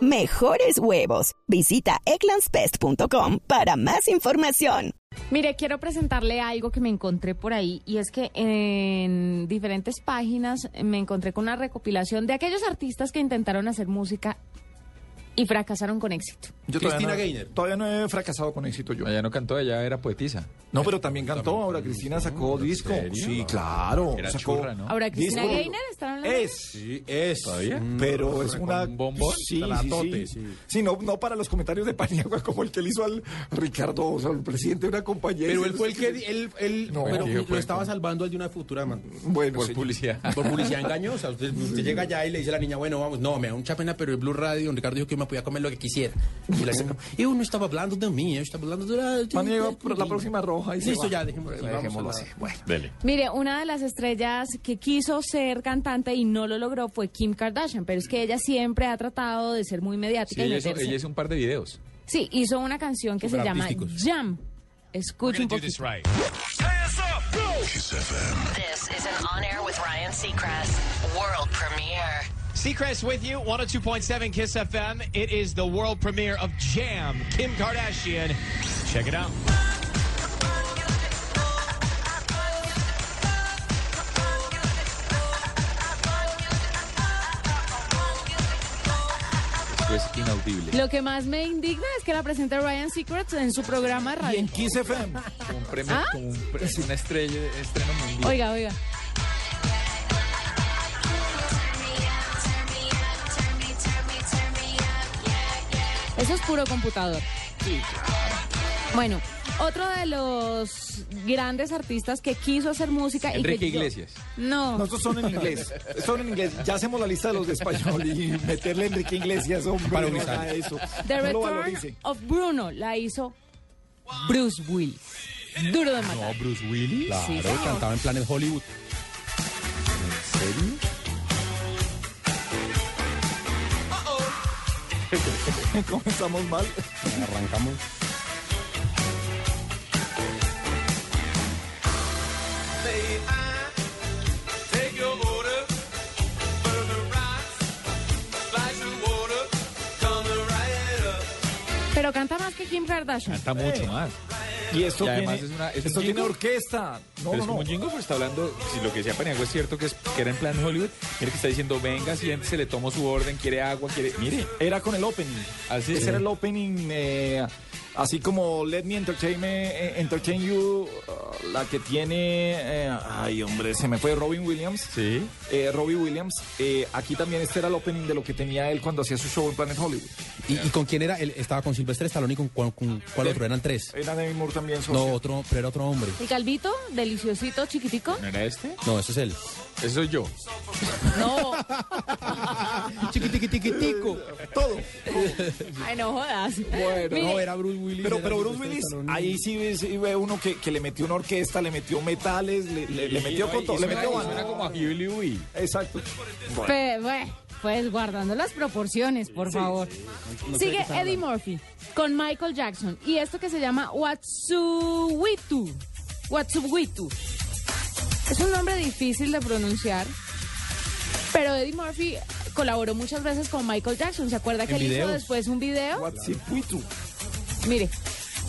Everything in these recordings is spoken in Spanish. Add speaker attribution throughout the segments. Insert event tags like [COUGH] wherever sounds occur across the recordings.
Speaker 1: Mejores huevos. Visita egglandsbest.com para más información.
Speaker 2: Mire, quiero presentarle algo que me encontré por ahí y es que en diferentes páginas me encontré con una recopilación de aquellos artistas que intentaron hacer música y fracasaron con éxito.
Speaker 3: Yo
Speaker 4: Cristina
Speaker 3: todavía no,
Speaker 4: Gaynor.
Speaker 3: Todavía no he fracasado con éxito yo.
Speaker 5: Ella no cantó, ella era poetisa.
Speaker 3: No, pero también cantó. Ahora Cristina sacó disco. Sí, claro.
Speaker 5: Era
Speaker 3: sacó
Speaker 5: churra, ¿no?
Speaker 2: Ahora, Cristina
Speaker 3: Disco.
Speaker 2: Gaynor está hablando de-
Speaker 3: Es.
Speaker 4: Sí, es.
Speaker 5: ¿Todavía?
Speaker 3: Mm. Pero es una...
Speaker 5: un bombón?
Speaker 3: Sí, sí, sí.
Speaker 4: Tratote,
Speaker 3: sí.
Speaker 4: sí.
Speaker 3: no, no para los comentarios de Paniagua [LAUGHS] como el que le hizo al Ricardo, o sea, al presidente de una compañía.
Speaker 4: Pero él
Speaker 3: Ese-
Speaker 4: fue el que di- él, él-
Speaker 3: No,
Speaker 4: pero
Speaker 5: digo,
Speaker 4: lo
Speaker 5: pues,
Speaker 4: estaba
Speaker 5: no.
Speaker 4: salvando al de una futura man-
Speaker 3: Bueno,
Speaker 5: Por
Speaker 3: señor.
Speaker 5: publicidad.
Speaker 4: por publicidad engañosa. Usted, usted llega allá y le dice a la niña, bueno, vamos, no, me da mucha pena, pero el Blue Radio, don Ricardo dijo que yo me podía comer lo que quisiera. Y la señora, yo no estaba hablando de mí, yo estaba hablando de la...
Speaker 3: Maniego, pero la próxima roja y se
Speaker 4: Listo,
Speaker 3: va.
Speaker 4: ya,
Speaker 3: Pues
Speaker 4: dejémoslo, así,
Speaker 3: Dejémoslo
Speaker 4: vamos a
Speaker 3: así.
Speaker 4: la-
Speaker 3: Bueno.
Speaker 2: Mire, una de las estrellas que quiso ser cantante y no lo logró fue Kim Kardashian, pero es que ella siempre ha tratado de ser muy
Speaker 5: Sí,
Speaker 2: mediática. y
Speaker 5: ella hizo,
Speaker 2: meterse.
Speaker 5: ella hizo un par de videos.
Speaker 2: Sí, hizo una canción que se llama
Speaker 4: Superartísticos.
Speaker 2: Jam. Escucha un poquito.
Speaker 6: This is an on air with Ryan Seacrest world premiere.
Speaker 7: Seacrest with you, 102.7 Kiss FM. It is the world premiere of Jam, Kim Kardashian. Check it out.
Speaker 5: Eso es Pues, inaudible.
Speaker 2: Lo que más me indigna es que la presenta Ryan Secret en su programa de
Speaker 3: Y
Speaker 2: radio.
Speaker 3: en Kiss FM.
Speaker 5: Como un premio,
Speaker 2: ¿Ah?
Speaker 5: como un pre- una estrella, estreno mundial.
Speaker 2: Oiga, oiga. Eso es puro computador. Bueno, otro de los grandes artistas que quiso hacer música y
Speaker 5: Enrique
Speaker 2: que yo-
Speaker 5: Iglesias.
Speaker 2: No,
Speaker 3: Nosotros son en inglés. [LAUGHS] Son en inglés. Ya hacemos la lista de los de español y meterle a Enrique Iglesias, hombre.
Speaker 4: Para
Speaker 3: no
Speaker 4: unizar.
Speaker 3: haga eso.
Speaker 2: The
Speaker 3: No lo
Speaker 2: Return
Speaker 3: valorice.
Speaker 2: of Bruno la hizo Bruce Willis. Duro de matar.
Speaker 4: No, Bruce Willis. Claro, cantaba en Planet Hollywood.
Speaker 3: [LAUGHS] Comenzamos mal.
Speaker 4: Arrancamos.
Speaker 8: Take your order, burger rice, slice of water, come right up.
Speaker 2: Pero canta más que Kim Kardashian.
Speaker 5: Canta
Speaker 3: Eh,
Speaker 5: mucho más.
Speaker 3: Y esto
Speaker 5: Y además
Speaker 3: tiene,
Speaker 5: es una- es un
Speaker 3: esto tiene
Speaker 5: jingle.
Speaker 3: orquesta. No,
Speaker 5: Pero
Speaker 3: no,
Speaker 5: es como
Speaker 3: no.
Speaker 5: un jingo, pero está hablando, si lo que decía Paniagua es cierto, que, es, que era en plan Hollywood, mire que está diciendo, venga, siéntese, le tomo su orden, quiere agua, quiere... Mire,
Speaker 3: Era con el opening.
Speaker 5: Así
Speaker 3: Ese
Speaker 5: es.
Speaker 3: era el opening. eh, así como Let Me Entertain, Me- eh, Entertain You, uh, la que tiene. eh, ay, hombre, se me fue Robin Williams.
Speaker 5: sí,
Speaker 3: Eh, Robbie Williams. eh, aquí también este era el opening de lo que tenía él cuando hacía su show en Planet Hollywood.
Speaker 9: ¿Y, y con quién era? Él estaba con Silvestre Stallone y con, cuál- con cuál otro. Eran tres.
Speaker 3: Era Demi Moore también.
Speaker 9: No,
Speaker 3: socio.
Speaker 9: otro, pero era otro hombre.
Speaker 2: El calvito, deliciosito, chiquitico.
Speaker 5: ¿no era este?
Speaker 9: No, ese
Speaker 3: [LAUGHS]
Speaker 9: es él.
Speaker 5: Ese soy yo.
Speaker 2: No,
Speaker 9: Chiquitiquitiquitico.
Speaker 3: Todo.
Speaker 2: ay, no jodas.
Speaker 3: Bueno,
Speaker 2: Mire,
Speaker 9: No, era Bruce Willis.
Speaker 3: Pero,
Speaker 9: era
Speaker 3: pero Bruce
Speaker 9: Sylvester
Speaker 3: Willis,
Speaker 9: Stallone.
Speaker 3: ahí sí ve, sí ve uno que, que le metió una orquesta, le metió metales, le, le- le metió con todo. Le
Speaker 5: Suena,
Speaker 3: metió
Speaker 5: y
Speaker 3: banda.
Speaker 5: suena como a Huey Louie.
Speaker 3: Exacto.
Speaker 2: pe- bueno, pues guardando las proporciones, por favor. Sigue Eddie Murphy con Michael Jackson y esto que se llama Watsuwitu. Watsuwitu. Es un nombre difícil de pronunciar, pero Eddie Murphy colaboró muchas veces con Michael Jackson. ¿Se acuerda que
Speaker 4: En
Speaker 2: él hizo
Speaker 4: videos.
Speaker 2: después un video?
Speaker 3: What's it with you?
Speaker 2: Mire,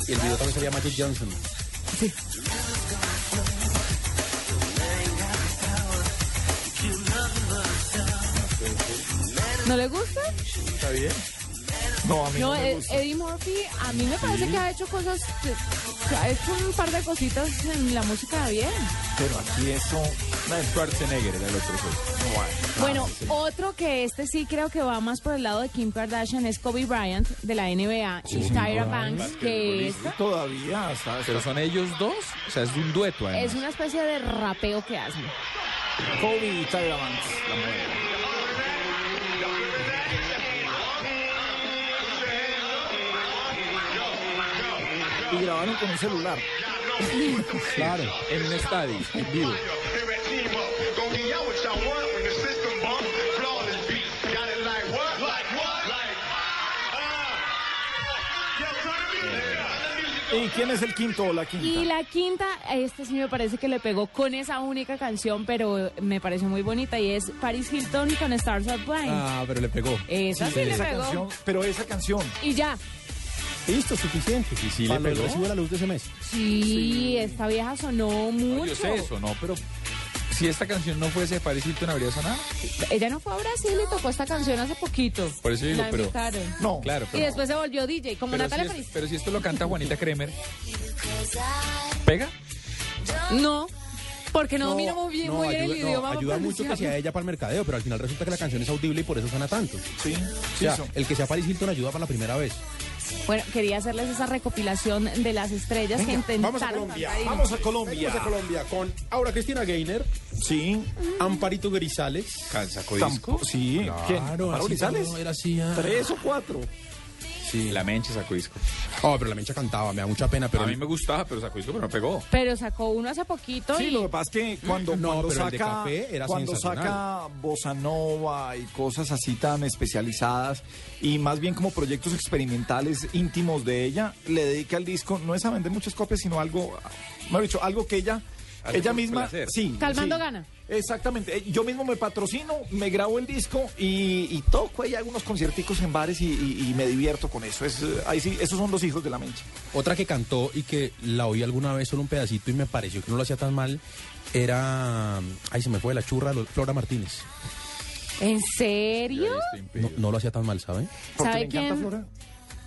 Speaker 4: Y el video también sería Magic Johnson.
Speaker 2: ¿no le gusta?
Speaker 5: Está bien.
Speaker 3: No, a mí no,
Speaker 2: No,
Speaker 3: me
Speaker 2: Ed-
Speaker 3: gusta.
Speaker 2: Eddie Murphy, a mí me parece que ha hecho cosas, que- que ha hecho un par de cositas en la música bien.
Speaker 3: Pero aquí eso.
Speaker 5: No, Schwarzenegger era el otro. soy.
Speaker 2: Bueno, otro que este sí creo que va más por el lado de Kim Kardashian es Kobe Bryant de la NBA y Tyra Banks, que es,
Speaker 3: Todavía, ¿sabes?
Speaker 5: Pero son ellos dos, o sea, es un dueto además.
Speaker 2: es una especie de rapeo que hacen.
Speaker 3: Kobe y Tyra Banks, la mujer. y grabaron con un celular.
Speaker 9: Claro.
Speaker 5: En un estadio, en vivo.
Speaker 8: Here at Nemo, gonna get y'all what y'all want when the system bump. Flawless beat, got it like what? Like what? Like ah. Yo, turn the music up. Let me
Speaker 3: ¿Y quién es el quinto o la quinta?
Speaker 2: Y la quinta, a este sí me parece que le pegó con esa única canción, pero me pareció muy bonita y es Paris Hilton con Stars Are Blind.
Speaker 9: Ah, pero le pegó.
Speaker 2: esa sí, le
Speaker 3: esa
Speaker 2: pegó.
Speaker 3: canción, pero esa canción.
Speaker 2: Y ya.
Speaker 9: Listo, suficiente. Y
Speaker 5: sí le pegó.
Speaker 9: recibo la luz de ese mes.
Speaker 2: Sí, esta vieja sonó mucho.
Speaker 5: Yo sé eso, ¿no? Pero si esta canción no fuese de Paris Hilton, ¿habría sonado?
Speaker 2: Ella no fue a Brasil y tocó esta canción hace poquito.
Speaker 5: Por eso digo,
Speaker 2: La
Speaker 5: pero-
Speaker 2: invitaron.
Speaker 3: No,
Speaker 5: Claro,
Speaker 2: Y
Speaker 5: pero,
Speaker 2: después se volvió DJ, como
Speaker 5: pero, si,
Speaker 2: Natalia
Speaker 5: es-
Speaker 2: París.
Speaker 5: pero si esto lo canta Juanita Kremer, ¿pega?
Speaker 2: No, porque no, domino muy bien,
Speaker 9: no,
Speaker 2: muy bien
Speaker 9: ayuda,
Speaker 2: el
Speaker 9: no,
Speaker 2: idioma. para
Speaker 9: ayuda mucho que
Speaker 2: pronunciarlo.
Speaker 9: sea ella para el mercadeo, pero al final resulta que la canción es audible y por eso suena tanto.
Speaker 3: Sí,
Speaker 9: O
Speaker 3: sí,
Speaker 9: sea,
Speaker 3: son-
Speaker 9: el que sea Paris Hilton ayuda para la primera vez.
Speaker 2: Bueno, quería hacerles esa recopilación de las estrellas que intentaron.
Speaker 9: vamos a Colombia.
Speaker 2: cantar y no.
Speaker 3: Vamos a Colombia.
Speaker 9: Vamos a Colombia con Aura Cristina Gainer,
Speaker 3: Sí,
Speaker 9: Amparito Grisales.
Speaker 5: ¿Sacó disco?
Speaker 3: tampoco. Sí, ¿quién? ¿Para Grisales?
Speaker 9: Era así, ah.
Speaker 3: ¿Tres o cuatro?
Speaker 5: Sí. La Menche sacó disco.
Speaker 9: Oh, pero la mencha cantaba, me da mucha pena, pero
Speaker 5: a mí me gustaba, pero sacó disco, pero no pegó.
Speaker 2: Pero sacó uno hace poquito
Speaker 3: Sí,
Speaker 2: y
Speaker 3: lo que pasa es que cuando,
Speaker 9: No,
Speaker 3: cuando
Speaker 9: pero el de
Speaker 3: saca,
Speaker 9: Café era
Speaker 3: cuando
Speaker 9: sensacional.
Speaker 3: saca bossa nova y cosas así tan especializadas y más bien como proyectos experimentales íntimos de ella, le dedica el disco no es a vender muchas copias, sino algo, mejor dicho, algo que ella
Speaker 5: Hace
Speaker 3: ella
Speaker 5: por
Speaker 3: misma
Speaker 5: placer.
Speaker 3: sí,
Speaker 2: Calmando
Speaker 3: sí.
Speaker 2: gana.
Speaker 3: Exactamente, Eh, yo mismo me patrocino, me grabo el disco y, y toco ahí algunos concierticos en bares y, y- y me divierto con eso. Es, eh, ahí sí, esos son los hijos de la mencha.
Speaker 9: Otra que cantó y que la oí alguna vez solo un pedacito y me pareció que no lo hacía tan mal era. Ay, se me fue la churra, lo- Flora Martínez.
Speaker 2: ¿En serio?
Speaker 9: No, no lo hacía tan mal, ¿sabe?
Speaker 3: Porque
Speaker 2: ¿Sabe
Speaker 3: le encanta
Speaker 2: quién?
Speaker 3: Flora.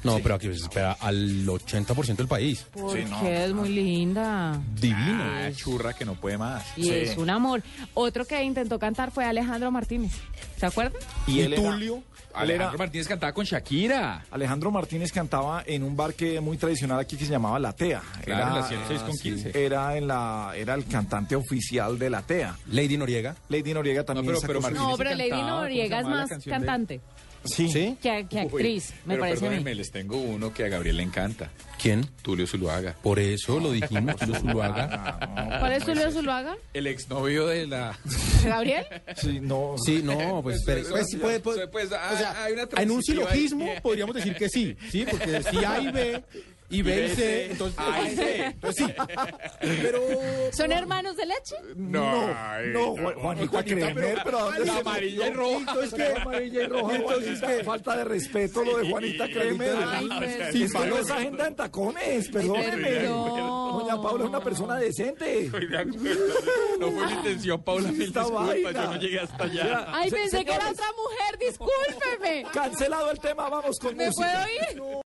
Speaker 9: No, pero aquí se espera al 80% del país.
Speaker 2: Porque es muy linda.
Speaker 9: Divino.
Speaker 5: Ah, churra que no puede más.
Speaker 2: Y es un amor. Otro que intentó cantar fue Alejandro Martínez. ¿Se acuerdan?
Speaker 3: Y, él era-
Speaker 9: Tulio?
Speaker 3: él era-
Speaker 5: Alejandro Martínez cantaba con Shakira.
Speaker 3: Alejandro Martínez cantaba en un bar que muy tradicional aquí que se llamaba La TEA.
Speaker 5: Claro, en la 106 con 15.
Speaker 3: Era, en la, era el cantante oficial de La TEA.
Speaker 9: Lady Noriega.
Speaker 3: Lady Noriega
Speaker 5: No,
Speaker 3: también
Speaker 5: pero-
Speaker 3: sacó
Speaker 5: pero-
Speaker 3: Martínez.
Speaker 2: No,
Speaker 5: sí
Speaker 2: pero Lady
Speaker 5: cantaba, ¿cómo
Speaker 2: Noriega
Speaker 5: se
Speaker 2: es
Speaker 5: llamaba la
Speaker 2: más
Speaker 5: canción de-
Speaker 2: cantante
Speaker 3: Sí.
Speaker 2: que, que actriz,
Speaker 5: Uy,
Speaker 2: me
Speaker 5: pero
Speaker 2: parece a mí.
Speaker 5: perdónenme, les tengo uno que a Gabriel le encanta.
Speaker 9: ¿Quién?
Speaker 5: Tulio Zuluaga.
Speaker 9: Por eso lo
Speaker 5: [LAUGHS]
Speaker 9: dijimos, Tulio
Speaker 3: Ah,
Speaker 9: Zuluaga.
Speaker 5: Ah,
Speaker 2: ¿Cuál es Tulio Zuluaga?
Speaker 5: El exnovio de la...
Speaker 2: ¿Gabriel?
Speaker 3: Sí, no.
Speaker 9: Sí, no, pues, pero- pues, sí puede- puede-
Speaker 5: Pues, ah,
Speaker 9: o sea,
Speaker 5: hay una
Speaker 9: en un
Speaker 5: transitiva
Speaker 9: silogismo
Speaker 5: ahí.
Speaker 9: podríamos decir que sí, sí, porque si A y B y B y C, entonces
Speaker 5: A y C.
Speaker 9: entonces sí. Pero
Speaker 2: ¿Son hermanos de leche?
Speaker 5: No,
Speaker 3: No, Ju- Juanita Kremer, pero ¿a dónde
Speaker 5: La
Speaker 3: se- [LAUGHS]
Speaker 5: amarilla y roja.
Speaker 3: Entonces, ¿qué? Amarilla y roja. Entonces, ¿qué? Falta de respeto lo de Juanita Kremer.
Speaker 2: Ay, pues,
Speaker 3: Sin valor esa agenda en tacones, perdóneme.
Speaker 2: perdón.
Speaker 3: Doña Paula es una persona decente.
Speaker 5: Estoy de acuerdo. No fue mi intención, Paula, mil
Speaker 3: Esta
Speaker 5: disculpas,
Speaker 3: vaina.
Speaker 5: yo no llegué hasta allá.
Speaker 2: Ay, pensé que era otra mujer, discúlpeme.
Speaker 3: Cancelado el tema, vamos con
Speaker 2: ¿Me
Speaker 3: música.
Speaker 2: puedo ir?